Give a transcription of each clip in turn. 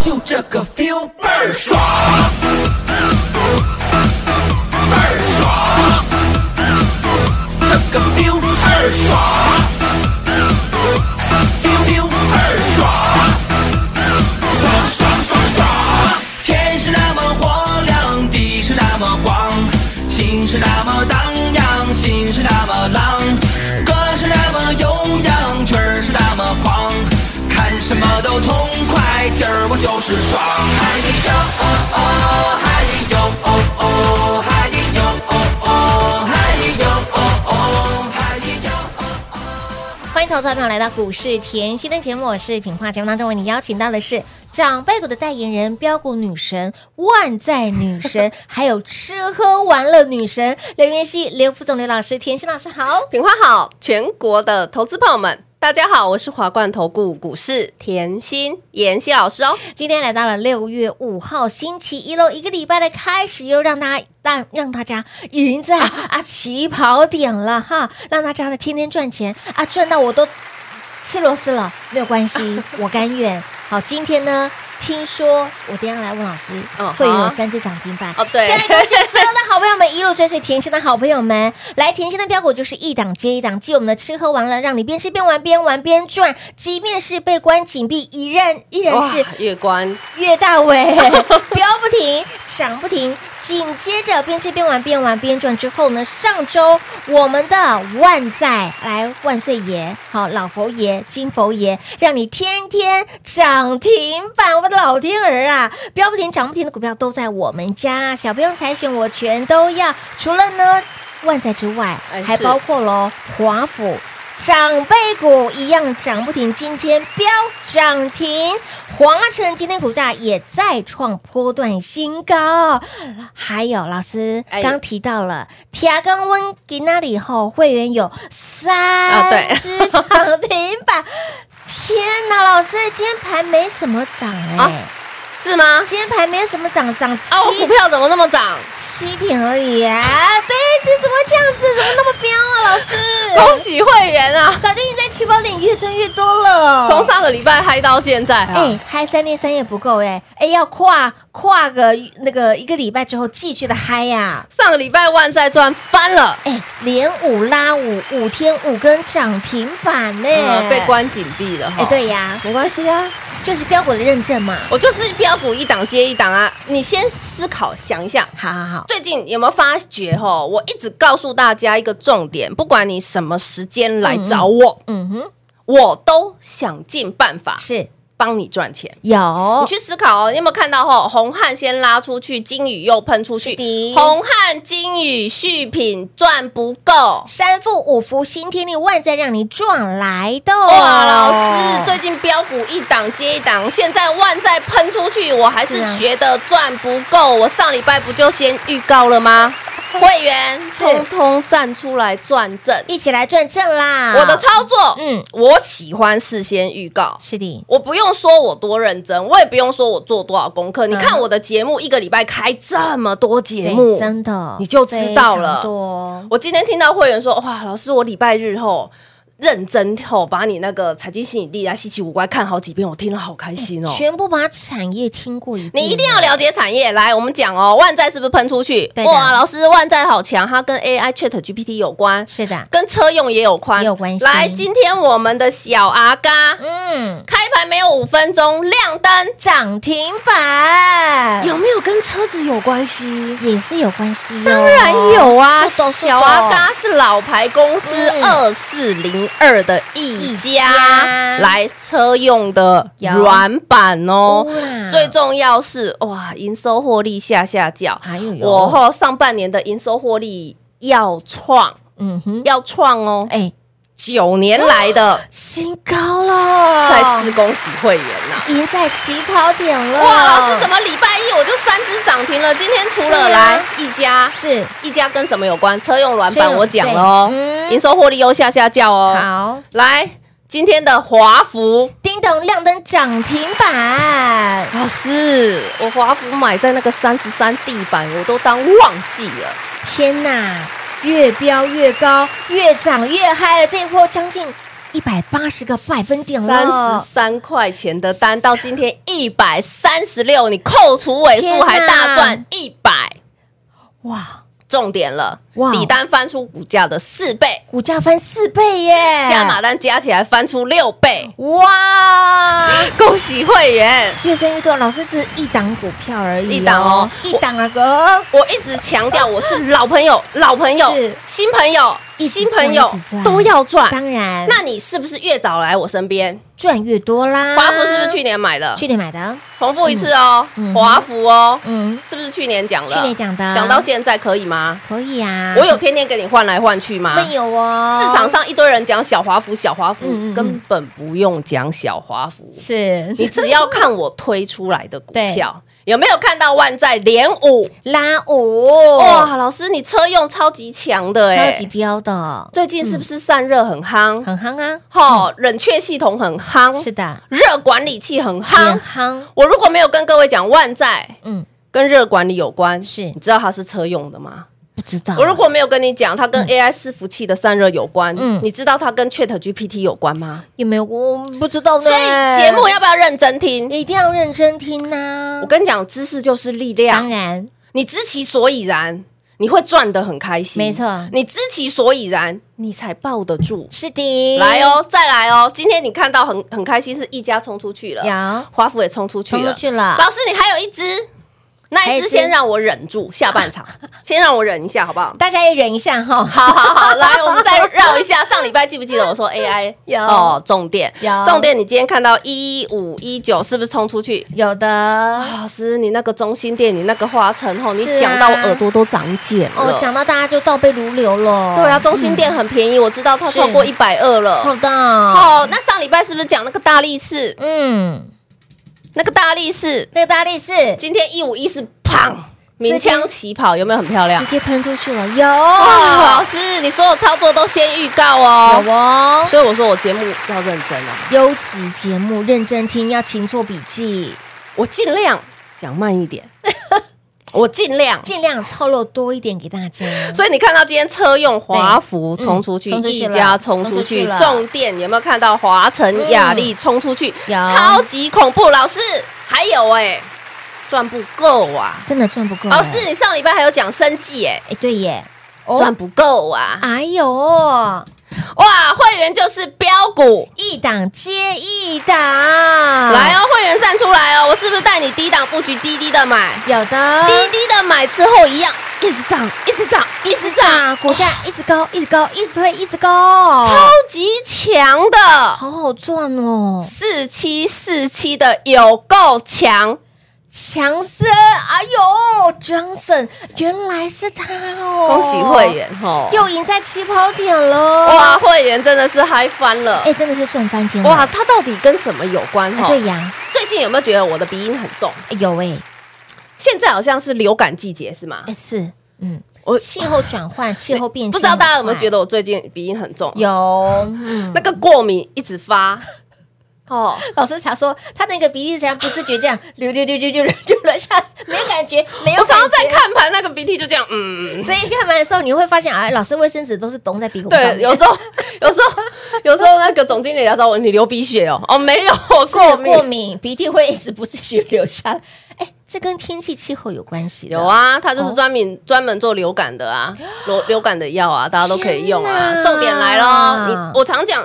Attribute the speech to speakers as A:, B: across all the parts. A: 就这个 feel 倍儿爽，倍儿爽，这个 feel 倍儿爽，feel feel 倍儿爽，爽爽爽爽。天是那么火亮，地是那么广，情是那么荡漾，心是那么浪，歌是那么悠扬，曲儿是那么狂，看什么都痛快，今儿我就是爽。嗨哟哦哦，嗨哟哦哦，嗨哟哦哦，嗨哟哦哦，嗨哟。
B: 欢迎投资者朋友来到股市甜心的节目，我是品化。节目当中为你邀请到的是长辈股的代言人、标股女神、万载女神，还有吃喝玩乐女神刘元熙、刘副总、刘老师、甜心老师好。
C: 品花好，全国的投资朋友们，大家好，我是华冠投顾股市甜心妍希老师哦。
B: 今天来到了六月五号星期一喽，一个礼拜的开始，又让大家让让大家赢 在啊起跑点了哈，让大家呢天天赚钱啊，赚到我都吃螺丝了，没有关 系，我甘愿。好，今天呢。听说我等一下来问老师
C: 哦，
B: 会员有
C: 好
B: 三只涨停板
C: 哦对
B: 现在恭喜所有的好朋友们一路追随甜心的好朋友们，来甜心的标股就是一档接一档，继我们的吃喝玩乐，让你边吃边玩边玩边赚，即便是被关紧闭，依然依然是
C: 月关
B: 岳大 伟飙不停，涨不停。紧接着边吃边玩边玩边赚之后呢，上周我们的万载来万岁爷，好老佛爷、金佛爷，让你天天涨停板，我的老天儿啊！飙不停、涨不停的股票都在我们家，小朋友采选我全都要，除了呢万载之外
C: 哎，
B: 还
C: 是
B: 包括喽华府。长辈股一样涨不停，今天飙涨停。华晨今天股价也再创波段新高。还有老师
C: 哎
B: 刚提到了，铁刚温给那里后会员有
C: 啊
B: 三
C: 对
B: 只涨停板。 天哪，老师今天盘没什么涨哎、
C: 啊是吗？
B: 今天盘没什么涨，涨七、
C: 啊，我股票怎么那么涨？
B: 七点而已啊！对，这怎么会这样子？怎么那么飙啊，老师？
C: 恭喜会员啊！
B: 早就已经在起跑点越赚越多了，
C: 从上个礼拜嗨到现在啊！
B: 哎，嗨三天三夜不够哎，哎要跨跨个那个一个礼拜之后继续的嗨呀、
C: 上个礼拜万债赚翻了，
B: 哎，连五拉五，五天五根涨停板呢、
C: 嗯被。关紧闭了哈。
B: 哎，，对呀，
C: 没关系啊，
B: 就是标股的认证嘛。
C: 我就是标股一档接一档啊。你先思考想一想，
B: 好好好，
C: 最近有没有发觉哈？我一直告诉大家一个重点，不管你什么时间来找我，
B: 嗯哼，
C: 我都想尽办法
B: 是
C: 帮你赚钱。
B: 有
C: 你去思考哦，你有没有看到吼？红汉先拉出去，金宇又喷出去
B: 是的，
C: 红汉金宇续品赚不够。
B: 三富五福新天地万载让你赚来的。
C: 哇，老
B: 哦
C: 师，最近标股一档接一档，现在万再喷出去，我还
B: 是
C: 是
B: 啊
C: 觉得赚不够。我上礼拜不就先预告了吗？
B: 啊
C: 会员通通站出来赚正，
B: 一起来赚正啦！
C: 我的操作，
B: 嗯
C: 嗯，我喜欢事先预告，
B: 是的，
C: 我不用说我多认真，我也不用说我做多少功课。你看我的节目，一个礼拜开这么多节
B: 嗯对
C: 目，
B: 真的
C: 你就知道
B: 非
C: 了哦
B: 常多
C: 我今天听到会员说，哇，老师，我礼拜日后认真后把你那个财经吸引力啊、稀奇古怪看好几遍，我听了好开心哦。
B: 全部把产业听过一遍，
C: 你一定要了解产业，来，我们讲哦，万债是不是喷出去？
B: 对的
C: 哇，老师，万债好强，它跟 AI Chat GPT 有关，
B: 是的，
C: 跟车用也有关，
B: 也有关系
C: 来，今天我们的小阿嘎、
B: 嗯，
C: 开盘没有五分钟亮灯，
B: 涨停板
C: 有没有跟车子有关系？
B: 也是有关系、哦
C: 当然有啊，
B: 是的是的
C: 小阿嘎是老牌公司
B: 嗯
C: 二四零二的一
B: 一家
C: 家来车用的
B: 有
C: 软板哦
B: 哇。
C: 最重要是哇，营收获利下下叫，
B: 哎呦呦
C: 我后上半年的营收获利要创
B: 嗯哼，
C: 要创哦，
B: 哎，哦
C: 九年来的
B: 新高了，
C: 再次恭喜会员呐。
B: 赢在起跑点了。
C: 哇，老师怎么礼拜一我就三只涨停了？今天除
B: 对啊
C: 了来一家
B: 是
C: 一家跟什么有关？车用软
B: 车用
C: 板我讲了哦
B: 对嗯，
C: 营收获利又下下叫哦。
B: 好？
C: 来，今天的华孚
B: 叮咚亮灯涨停板，
C: 老师，我华孚买在那个三十三地板，我都当忘记了。
B: 天哪，越飙越高，越涨越嗨了，这一波将近一百八十个百分点
C: 三十
B: 了。
C: 三块钱的单到今天一百三十六，你扣除尾
B: 天
C: 数
B: 哪
C: 还大赚一百。
B: 哇，
C: 重点了
B: 哇，
C: 底单翻出股价的四倍，
B: 股价翻四倍耶！
C: 加码单加起来翻出六倍，
B: 哇，
C: 恭喜会员！
B: 越升越多。老师只一档股票而已、
C: 一档哦
B: 一档啊哥，
C: 我一直强调，我是老朋友，老朋友
B: 是，
C: 新朋友，
B: 一直
C: 新
B: 赚
C: 朋友
B: 一直赚
C: 都要赚。
B: 当然，嗯
C: 那你是不是越早来我身边？
B: 赚越多啦。
C: 华孚是不是去年买的？
B: 去年买的？
C: 重复一次哦
B: 嗯嗯嗯，
C: 华孚哦，
B: 嗯，
C: 是不是去年讲了？
B: 去年讲的
C: 讲到现在可以吗？
B: 可以啊。
C: 我有天天跟你换来换去吗？
B: 没有哦？
C: 市场上一堆人讲小华孚，小华
B: 嗯嗯嗯
C: 孚根本不用讲小华孚，
B: 是
C: 你只要看我推出来的 股
B: 对
C: 票，有没有看到万载连五？
B: 拉五
C: 哇，老师你车用超级强的哎
B: 超级，标的，
C: 最近是不是散热很夯？
B: 嗯很夯啊。
C: 吼，冷却系统很
B: 是
C: 夯，
B: 的，
C: 热管理器很
B: 也
C: 嗯夯。
B: 夯，
C: 我如果没有跟各位讲万载，
B: 嗯，
C: 跟热管理有关，
B: 是嗯
C: 你知道它是车用的吗？
B: 不知道。
C: 我如果没有跟你讲它跟 AI 伺服器的散热有关，
B: 嗯
C: 你知道它跟 Chat GPT 有关吗？
B: 也没有，我不知道呢。
C: 所以节目要不要认真听？
B: 一定要认真听呐
C: 我。跟你讲，知识就是力
B: 当
C: 量，
B: 然，
C: 你知其所以然，你会赚得很开心。
B: 没错
C: 你知其所以然，你才抱得住。
B: 是的，
C: 来，哦，再来哦！今天你看到很很开心，是一家冲出去了，
B: 有
C: 华府也冲出去
B: 冲
C: 了
B: 出，去了，
C: 老师，你还有一只，那
B: 还有
C: 一
B: 一只
C: 只先让我忍住，下半场 先让我忍一下，好不好？
B: 大家也忍一下哈。
C: 好好好，来，我们再绕一下。上礼拜记不记得我说 AI
B: 有
C: 哦，重点
B: 有
C: 重点，你今天看到一五一九是不是冲出去？
B: 有的
C: 啊，老师，你那个中心店，你那个花城吼，你
B: 是啊
C: 讲到我耳朵都长茧
B: 哦，
C: 了。
B: 讲到大家就倒背如流了。
C: 对啊，，中心店很便宜，我知道它
B: 是
C: 超过一百二
B: 好
C: 了。
B: 的，
C: 哦，那上礼拜是不是讲那个大力士？
B: 嗯，
C: 那个大力士
B: 那个大力士
C: 今天一五一是砰，鸣枪起跑，有没有很漂亮
B: 直？接喷出去了，有
C: 哇，老师，你所有操作都先预告哦。
B: 有哦，
C: 所以我说我节目要认真啊，
B: 优质节目认真听，要勤做笔记，
C: 我尽量讲慢 一点，我尽量。
B: 尽量透露多一点给大家。
C: 所以你看到今天车用华孚
B: 对嗯
C: 冲出去，
B: 冲出去
C: 一
B: 了
C: 家冲
B: 冲
C: 出
B: 出去
C: 去
B: 了，嗯
C: 重电有没有看到华晨雅力冲出去？
B: 有
C: 超级恐怖，老师还有哎，赚不够啊！
B: 真的赚不够哎，
C: 老师，你上礼拜还有讲生计哎，
B: 哎，对耶，
C: 赚不够啊！
B: 哎呦，
C: 哇，会员就是标股，
B: 一档接一档，
C: 来哦，会员站出来哦！我是不是带你低档布局，低低的买，
B: 有的
C: 低低的买之后一样一直涨，一直涨，一直涨，
B: 啊，股价一直高，一直高，一直推，一直高，
C: 超级强的
B: 好好赚哦，
C: 四七四七的有够强，
B: 强森，哎呦，Johnson，原来是他哦，
C: 恭喜会，员吼！
B: 又赢在起跑点了，
C: 哇，，会员真的是嗨翻了
B: 哎，！真的是赚翻天了，
C: 哇，它到底跟什么有关
B: 啊，
C: 哈？
B: 对呀，
C: 最近有没有觉得我的鼻音很重？
B: 哎有哎，
C: 现在好像是流感季节是吗
B: 哎？是，嗯，
C: 我
B: 气候转换，气候变迁，
C: 不知道大家有没有觉
B: 得
C: 得我最近鼻音很重？
B: 有？嗯
C: 那个过敏一直发哦。
B: 老师才说他那个鼻涕才不自觉这样流流流流流流流了下，没有感觉，没有
C: 我
B: 感
C: 常常在
B: 觉。
C: 看盘，那个鼻涕就这样，嗯，
B: 所以看完的时候，你会发现，哎，老师卫生纸都是咚在鼻孔上面。
C: 对，有时候， 有时候，有时候那个总经理来找我，你流鼻血哦，哦，没 有，我过
B: 过
C: 敏，
B: 过敏，鼻涕会一直不自觉流下来。 哎，这跟天气气候有关系的。
C: 有，啊，他就是专门、专门做流感的啊， 流流感的药啊，大家都可以用
B: 天哪
C: 啊。重点来咯，你我常讲，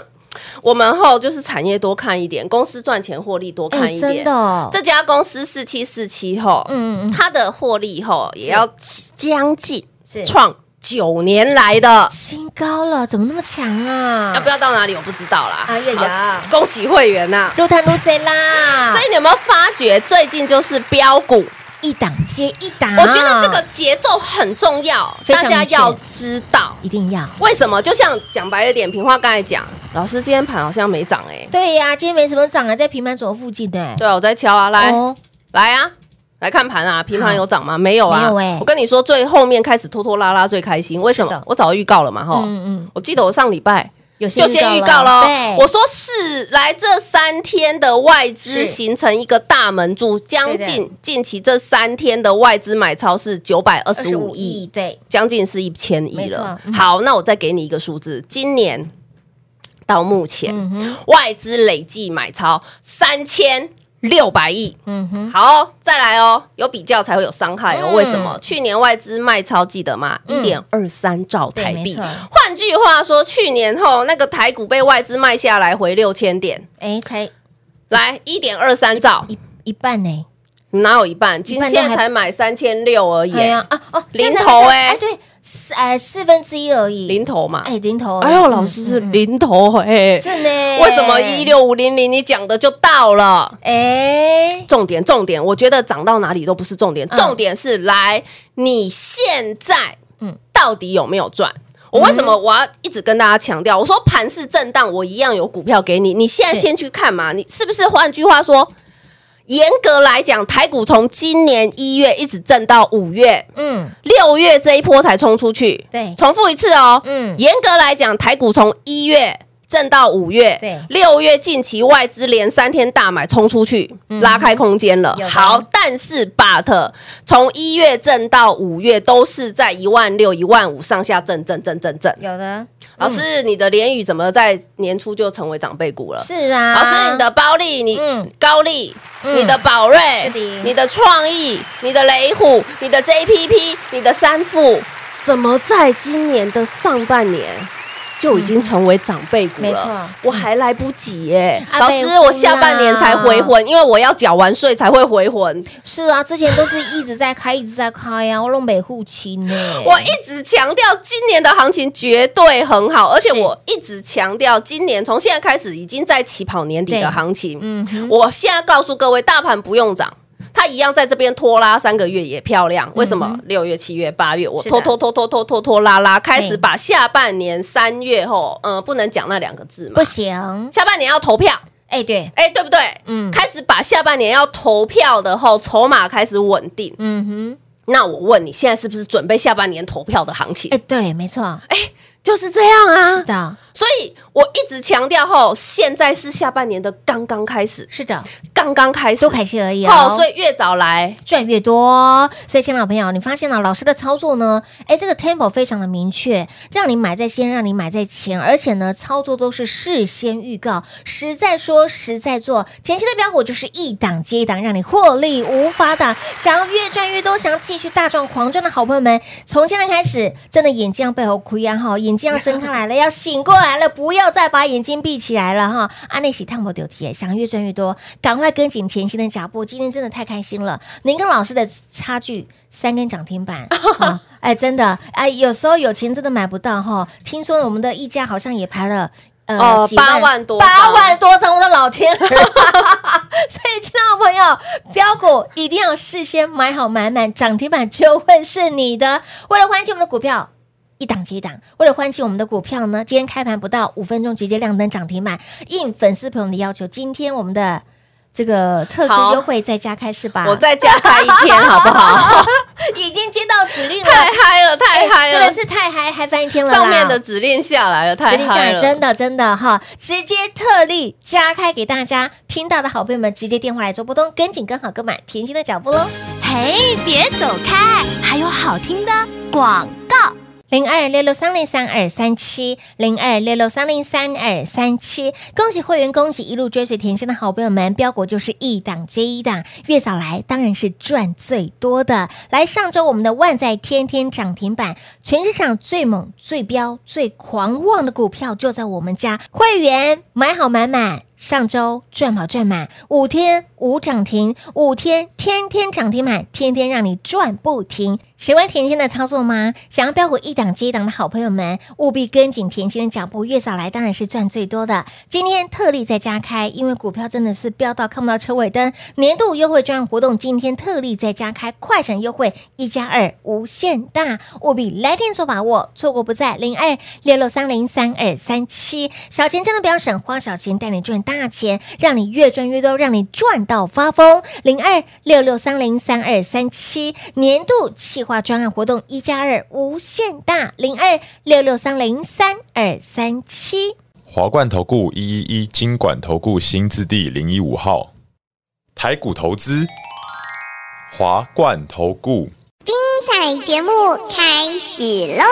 C: 我们后就是产业多看一点，公司赚钱获利多看
B: 哎，
C: 一
B: 真
C: 点。
B: 的哦，
C: 这家公司四七四七后，
B: 嗯嗯嗯
C: 它的获利后也要将近
B: 是
C: 创九年来的，
B: 新高了，怎么那么强啊？
C: 要不
B: 要
C: 要到哪里我不知道啦。
B: 哎呀呀啊
C: 好恭喜会员呐、
B: 入摊入贼啦？
C: 所以你有没有发觉，最近就是标股？
B: 一档接一档，
C: 我觉得这个节奏很重要，
B: 非
C: 大
B: 常
C: 家
B: 明确
C: 要知道
B: 一定要。
C: 为什么。就像讲白了点，平花刚才讲，老师今天盘好像没涨哎、
B: 对呀、今天没什么涨啊，在平板左附近呢。
C: 对啊，我在敲啊，来、
B: 哦
C: 来啊，来看盘啊，平盘有涨吗？没有啊，
B: 没有欸
C: 我跟你说，最后面开始拖拖拉拉最开心，为什
B: 是
C: 么
B: 的？
C: 我早就预告了嘛，哈、
B: 嗯嗯，
C: 我记得我上礼拜
B: 有
C: 哦就先预告
B: 了
C: 喽
B: 对，，
C: 我说是来这三天的外资
B: 是
C: 形成一个大门柱，将
B: 对
C: 近近期这三天的外资买超是九百二十
B: 25
C: 五亿，
B: 对，
C: 将近是一千亿
B: 没错
C: 了
B: 嗯。
C: 好，那我再给你一个数字，今年到目前
B: 嗯哼，
C: 外资累计买超三千六百亿。
B: 嗯哼，
C: 好、哦，再来哦，有比较才会有伤害哦。
B: 嗯
C: 为什么？去年外资卖超记得吗？一
B: 嗯
C: 点二三兆
B: 对
C: 台
B: 没
C: 币。
B: 错
C: 换句话说，去年后那个台股被外资卖下来回六千点，
B: 哎，才
C: 来一点二三兆，
B: 一一半呢。
C: 哪有一半？今
B: 半都
C: 现在
B: 还
C: 才买三千六而已
B: 哎呀
C: 耶，
B: 啊哦，
C: 零
B: 现在
C: 头
B: 还在
C: 欸
B: 哎对，四呃四分之一而已，
C: 零头嘛。
B: 哎零头而已，
C: 哎呦，
B: 嗯
C: 老师是
B: 嗯嗯
C: 零头哎，
B: 是呢，
C: 为什么一？六五零零你讲的就到了？
B: 哎，
C: 重点重点，我觉得涨到哪里都不是重点，
B: 嗯
C: 重点是来你现在
B: 嗯
C: 到底有没有赚？我为什么我要一直跟大家强调？我说盘是震荡，我一样有股票给你，你现在
B: 是
C: 先去看嘛，你是不是？换句话说，严格来讲，台股从今年一月一直震到五月。
B: 嗯，
C: 六月这一波才冲出去，
B: 对
C: 重复一次哦。
B: 哎嗯
C: 严格来讲，台股从一月震到五月，
B: 对
C: 六月近期外资连三天大买冲出去，拉开空间了
B: 嗯有。的
C: 好，但是 but 从一月震到五月都是在一万六、一万五上下震震震震震。
B: 有的
C: 老师，你的联宇怎么在年初就成为长辈股了？
B: 是啊，
C: 老师，你的包利，你
B: 嗯
C: 高利，
B: 嗯
C: 你的宝瑞
B: 是的，
C: 你嗯的创意，你的雷虎，你的 JPP，你的三富，怎么在今年的上半年？就已经成为长辈股了，
B: 没错
C: 嗯我还来不及耶、
B: 啊
C: 老
B: 被
C: 师，
B: 呼
C: 我下半年才回魂，因为我要缴完税才会回魂。
B: 是啊，之前都是一直在开，一直在开呀、啊，我弄北护清呢。
C: 我一直强调今年的行情绝对很好，而且
B: 是
C: 我一直强调今年从现在开始已经在起跑年底
B: 对
C: 的行情。
B: 嗯哼，
C: 我现在告诉各位，大盘不用涨，它一样在这边拖拉三个月也漂亮。为什么？六月、七月、八月，我
B: 嗯是的
C: 拖拖拖拖拖拖拖拉拉，开
B: 对
C: 始把下半年三月后，嗯、不能讲那两个字嘛
B: 不，行，
C: 下半年要投票，
B: 哎、对，
C: 哎、对不对？
B: 嗯
C: 开始把下半年要投票的后，筹码开始稳定。
B: 嗯
C: 那我问你，现在是不是准备下半年投票的行情？
B: 哼，哎、对，没错，
C: 就是这样啊。
B: 是的，
C: 所以我一直强调吼，现在是下半年的刚刚开始，
B: 是的，
C: 刚刚开始，
B: 多开心而已
C: 哦
B: 哦，，
C: 所以越早来，
B: 赚越多。所以，亲爱的朋友，你发现了老师的操作呢？哎，这个 tempo 非常的明确，让你买在先，让你买在前，而且呢，操作都是事先预告，实在说，实在做。前期的标股就是一档接一档，让你获利无法挡。想要越赚越多，想要继续大赚狂赚的好朋友们，从现在开始，真的眼睛要背后哭呀啊哈，眼睛要睁开 来了，要醒过来了，不要再把眼睛闭起来了哈。啊阿内喜探博丢题，想越赚越多，赶快跟紧甜心的脚步。今天真的太开心了，您跟老师的差距三根涨停 板，啊哎，真的哎，有时候有钱真的买不到哈。听说我们的一家好像也排了。呃
C: 哦
B: 几
C: 八万多
B: 八
C: 张
B: 万多张，我的老天儿！ 所以，亲爱的朋友，标股一定要事先买好买满，涨停板就会是你的。为了欢庆我们的股票。一档接一档，为了欢庆我们的股票呢，今天开盘不到五分钟，直接亮灯涨停板。应粉丝朋友们的要求，今天我们的这个特殊
C: 好
B: 优惠再加开是吧？
C: 我再加开一 天好不好？
B: 已经接到指令了，
C: 太嗨了，太
B: 哎
C: 嗨
B: 真
C: 了
B: 的！是太嗨，嗨翻天了啦！
C: 上面的指令下来了，太
B: 决定下
C: 嗨
B: 来，
C: 了！
B: 真的真的哈，直接特例加开给大家，听到的好朋友们直接电话来做拨通，跟紧跟好跟满甜心的脚步喽。
D: 嘿，别走开，还有好听的广告。
B: 零二六六三零三二三七，零二六六三零三二三七，恭喜会员，恭喜一路追随甜心的好朋友们，标股就是一档接一档，越早来当然是赚最多的。来，上周我们的万载天天涨停板，全市场最猛、最标、最狂妄的股票就在我们家，会员买好买满。上周赚饱赚满，五天五涨停，五天天天涨停满，天天让你赚不停。喜欢甜心的操作吗？想要标股一档接一档的好朋友们，务必跟紧甜心的脚步，越早来当然是赚最多的。今天特例再加开，因为股票真的是飙到看不到车尾灯。年度优惠专案活动今天特例再加开，快闪优惠一加二无限大，务必来电做把握，错过不再。零二六六三零三二三七，小钱真的不要省，花小钱带你赚大钱，让你越赚越多，让你赚到发疯。零二六六三零三二三七，年度企划专案活动一加二无限大，零二六六三零三二三七。
E: 华冠投顾一一一金管投顾新字第零一五号，台股投资，华冠投顾。
F: 彩节目开始喽！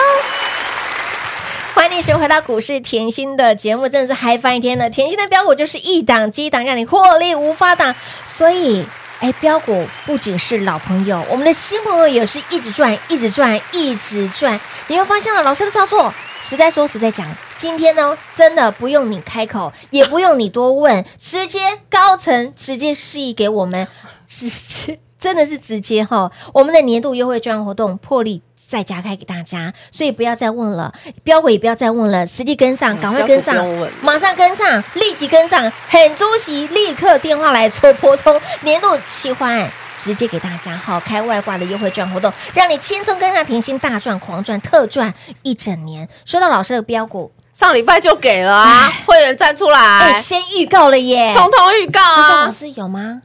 B: 欢迎你收回到股市甜心的节目，真的是嗨翻一天了。甜心的标股就是一档接一档，让你获利无法挡。所以，哎，标股不仅是老朋友，我们的新朋友也是一直赚，一直赚，一直赚。你会发现了老师的操作，实在说实在讲，今天呢，真的不用你开口，也不用你多问，直接高层直接示意给我们，直接。真的是直接哈，我们的年度优惠券活动破例再加开给大家，所以不要再问了，标股也不要再问了，实际跟上，赶快跟上
C: 嗯标股不用问，
B: 马上跟上，立即跟上，很出席，立刻电话来戳破通年度企划案。直接给大家哈开外挂的优惠券活动，让你轻松跟上甜心大赚、狂赚、特赚一整年。说到老师的标股，
C: 上礼拜就给了啊，会员站出
B: 哎、
C: 来，
B: 先预告了耶！
C: 通通预告
B: 不是老
C: 啊！
B: 师有吗？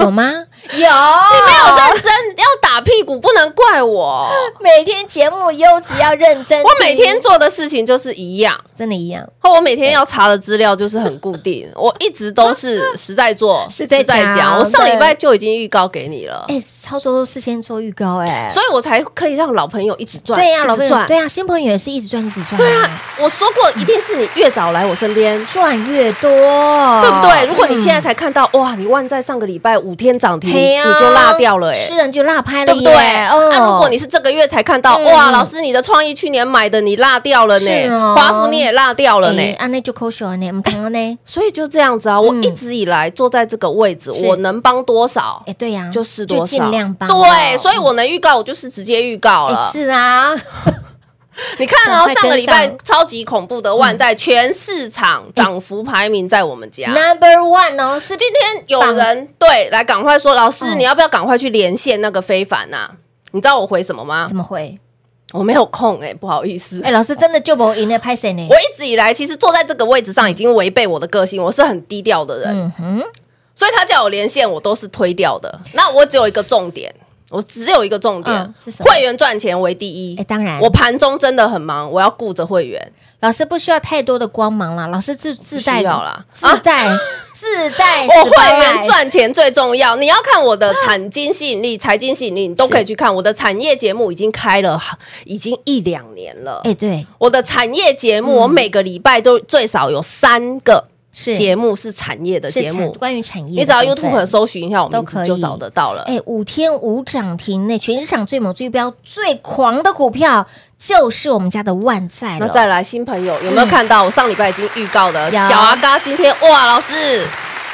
B: 有吗？有，你没
C: 你没有认真，要打屁股，不能 怪我。
B: 每天节目优质要认真听，
C: 我每天做的事情就是一样，
B: 真的一样，
C: 和我每天要查的资料就是很固定，我一直都是实在做，
B: 实在讲
C: 讲。我上礼拜就已经预告给你了，
B: 哎、操作都事先做预告、哎，
C: 所以我才可以让老朋友一直赚，
B: 对呀、
C: 一直
B: 老朋友，
C: 赚
B: 对呀、啊新朋友也是一直赚，一直赚、
C: 对啊，，我说过一定是你越早来我身边，
B: 赚越多，
C: 对
B: 对
C: 不对？如果你现在才看到，哇，你万在上个礼拜五天涨停，
B: 嘿呀
C: 你就落掉了，哎
B: 是。啊，你就落拍了耶，
C: 对不对？
B: 哦
C: 那如果你是这个月才看到，
B: 嗯
C: 哇，老师，你的创意去年买的你落掉了
B: 是哦
C: 呢，华孚你也落掉了
B: 哎
C: 呢，
B: 啊，那就扣手呢，唔同了 呢，
C: 所以就这样子啊。我
B: 嗯
C: 一直以来坐在这个位置，
B: 是
C: 我能帮多少
B: 哎，对呀、
C: 就是多少，
B: 尽量帮哦，
C: 对，所以我能预告，我就是直接预告
B: 哎
C: 了。
B: 是啊，
C: 你看
B: 赶
C: 哦
B: 快，
C: 上个礼拜
B: 跟上嗯
C: 超级恐怖的万在全市场
B: 哎
C: 涨幅排名在我们家。
B: Number One 哦，是
C: 今天有人对来赶快说，老师，
B: 嗯
C: 你要不要赶快去连线那个非凡呐、你知道我回什么吗
B: 怎？么会？
C: 我没有空哎、不好意思。
B: 哎、老师真的就不赢了，拍谁呢
C: 我？一直以来其实坐在这个位置上已经违背我的个性，我是很低调的人，
B: 嗯哼，
C: 所以他叫我连线，我都是推掉的。那我只有一个重点，我只有一个重点，
B: 嗯是什么
C: 会员赚钱为第一。
B: 哎当然
C: 我盘中真的很忙，我要顾着会员。
B: 老师不需要太多的光芒啦，老师自自带
C: 不需要啦啊
B: 自带、自带，
C: 我会
B: 哎
C: 员赚钱最重要。你要看我的产经吸引力、财经吸引力，你都可以去看。我的产业节目已经开了，已经一两年了。
B: 哎、对，
C: 我的产业节目，我每个礼拜都最少有三个
B: 是
C: 节目是产业的
B: 是
C: 节
B: 产
C: 目。
B: 关于产业的
C: 你只要
B: 部分
C: YouTube 搜寻一下，我
B: 都
C: 名
B: 可
C: 字
B: 以
C: 就找得到了。
B: 哎，五天五涨停呢，全市场最猛、最标、最狂的股票就是我们家的万载
C: 那
B: 了。
C: 再来新朋友有没有看到？我上礼拜已经预告
B: 嗯有
C: 的小阿嘎，今天哇，老师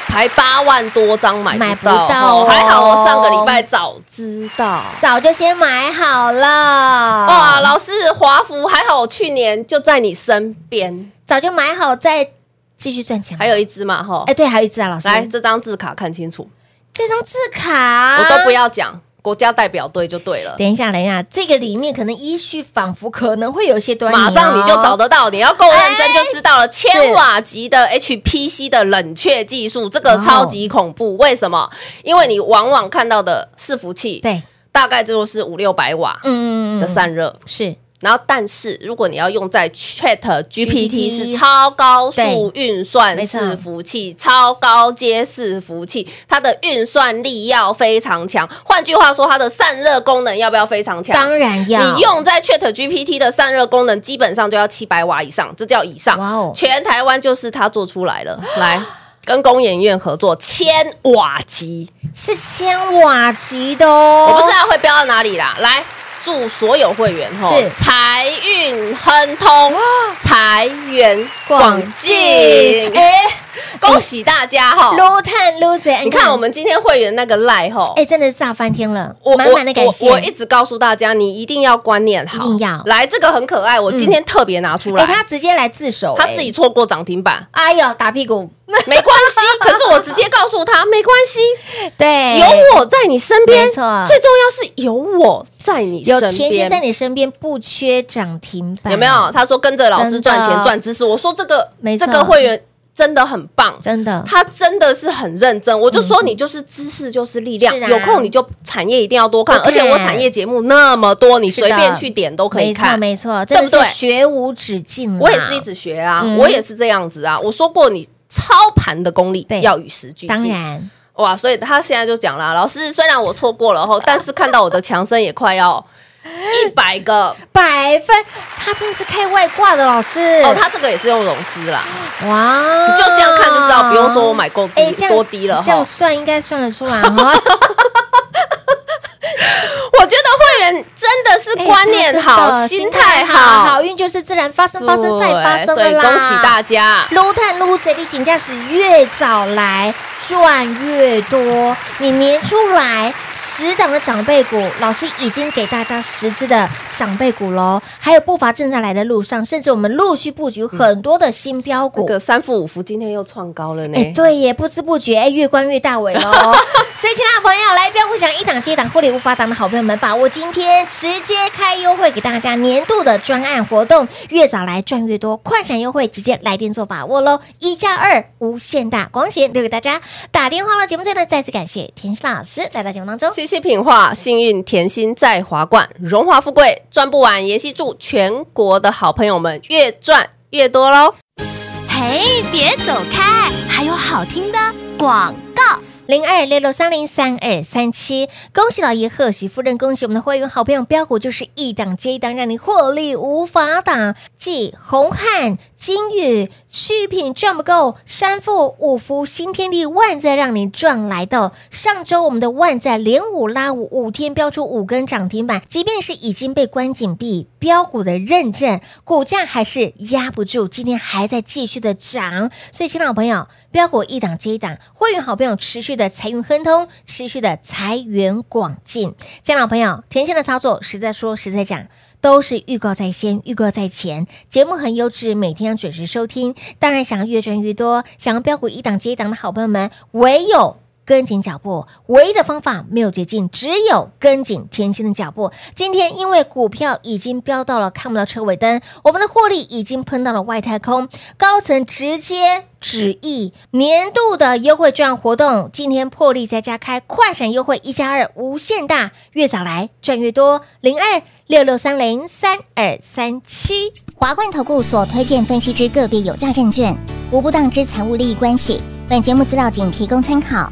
C: 排八万多张买
B: 买
C: 不
B: 不
C: 到，
B: 到哦
C: 哦还好我上个礼拜早知道。
B: 早就先买好了，
C: 哇，
B: 哇，
C: 老师，华孚还好，我去年就在你身边，
B: 早就买好再继续赚钱。
C: 还有，一只嘛哈
B: 哎，，对，还有一只啊，老师，啊
C: 来这张字卡看清楚，
B: 这张字卡
C: 我都不。要讲，国家代表队就对了，
B: 等一下，等一下，这个里面可能依序仿佛可能会有一些端倪哦，
C: 马上你就找得到，你要够认真就知道了。千瓦级的 HPC 的冷却技术，这个
B: 哦
C: 超级恐怖，为什么？因为你往往看到的伺服器，
B: 对，
C: 大概就是五六百瓦
B: 嗯嗯嗯
C: 的散热。
B: 是
C: 然后，但是如果你要用在 Chat
B: GPT
C: GPT 是超高速运算
B: 没错
C: 伺服器、超高阶伺服器，它的运算力要非常强。换句话说，它的散热功能要不要非常强？
B: 当然要
C: 你用在 Chat GPT 的散热功能，基本上就要七百瓦以上，这叫以上。
B: 哇哦
C: 全台湾就是它做出来了，来跟工研院合作千瓦级，
B: 是千瓦级的哦，哦
C: 我不知道会飙到哪里啦。来，祝所有会员哈
B: 是
C: 财运亨通，财源广进。
B: 哎，
C: 恭喜大家哈！
B: 撸碳撸贼，
C: 哦你看我们今天会员那个赖哈，
B: 哎，真的是炸翻天了
C: 我，
B: 满满的感谢。
C: 我我一直告诉大家，你一定要观念好，
B: 一定要
C: 来这个很可爱，我今天特别拿出来，
B: 哎，他直接来自首，
C: 他
B: 哎，
C: 自己，错过涨停板
B: 哎呦，打屁股，
C: 没关系。可是我直接告诉他，没关 系，
B: 对，
C: 有我在你身边，
B: 哎没错
C: 最重要是有我在你
B: 有
C: 身
B: 甜心在
C: 边。
B: 你身边，不缺涨停板，
C: 有没有？？他说跟着老师赚
B: 真的
C: 钱赚知识。我说这个
B: 没错
C: 这个会员真的很棒，
B: 真的，
C: 他真的是很认真。我就说你就是知识就是力量，
B: 是啊
C: 有空你就产业一定要多看，
B: 多看
C: 而且我产业节目那么多，你
B: 是的
C: 随便去点都可以
B: 没错
C: 看。
B: 没错，
C: 对
B: 真
C: 不
B: 的
C: 对
B: 是学无止境啦。
C: 我也是一直学啊，
B: 嗯
C: 我也是这样子啊。我说过你。操盘的功力
B: 对
C: 要与时俱进，
B: 当然
C: 哇！所以他现在就讲啦，老师，虽然我错过了后，但是看到我的强生也快要一百 个
B: 百分，他真的是开外挂的老师
C: 哦，他这个也是用融资啦，
B: 哇，
C: 你就这样看就知道，不用说我买够
B: 哎
C: 低
B: 这样
C: 嗯多低了
B: 这样
C: 哈。
B: 算应该算得出来 哈。
C: 我觉得会员真的是观念好，
B: 哎真的
C: 心态好
B: 好，运就是自然发生，发生再发生的
C: 对所以
B: 啦。
C: 恭喜大家！
B: 撸碳撸贼的井价是越早来赚越多。你年初来十档的长辈股，老师已经给大家十只的长辈股喽，还有步伐正在来的路上，甚至我们陆续布局很多的新标
C: 那
B: 股。
C: 个三副五福今天又创高了呢。
B: 哎，对耶，不知不觉哎，越关越大尾喽。所以，亲爱的朋友，来标不想一档接一档获利无法挡的好朋友们，把握今天直接开优惠给大家年度的专案活动，越早来赚越多，快闪优惠直接来电做把握喽！一加二无限大，光险留给大家。打电话了，节目最后呢，再次感谢田心老师来到节目当中。
C: 谢谢品画，幸运甜心在华冠，荣华富贵赚不完。妍希祝全国的好朋友们越赚越多喽！
D: 嘿，别走开，还有好听的广告。
B: 零二六六三零三二三七，恭喜老爷，贺喜夫人，恭喜我们的会员好朋友标股，就是一档接一档，让你获利无法挡。继红汉、金宇、旭品赚不够，山富、五福、新天地、万载让你赚来的。上周我们的万载连五拉五，五天标出五根涨停板，即便是已经被关紧闭，标股的认证，股价还是压不住，今天还在继续的涨。所以，亲爱的朋友，标股一档接一档，会员好朋友持续的财运亨通，持续的财源广进。亲爱的朋友，甜心的操作实在说实在讲。都是预告在先，预告在前。节目很优质，每天要准时收听。当然，想要越赚越多，想要标股一档接一档的好朋友们，唯有跟紧脚步，唯一的方法没有捷径，只有跟紧甜心的脚步。今天因为股票已经飙到了看不到车尾灯，我们的获利已经喷到了外太空，高层直接旨意年度的优惠券活动，今天破例再加开快闪优惠一加二无限大，越早来赚越多，零二六六三零三二三七。
F: 华冠投顾所推荐分析之个别有价证券，无不当之财务利益关系。本节目资料仅提供参考，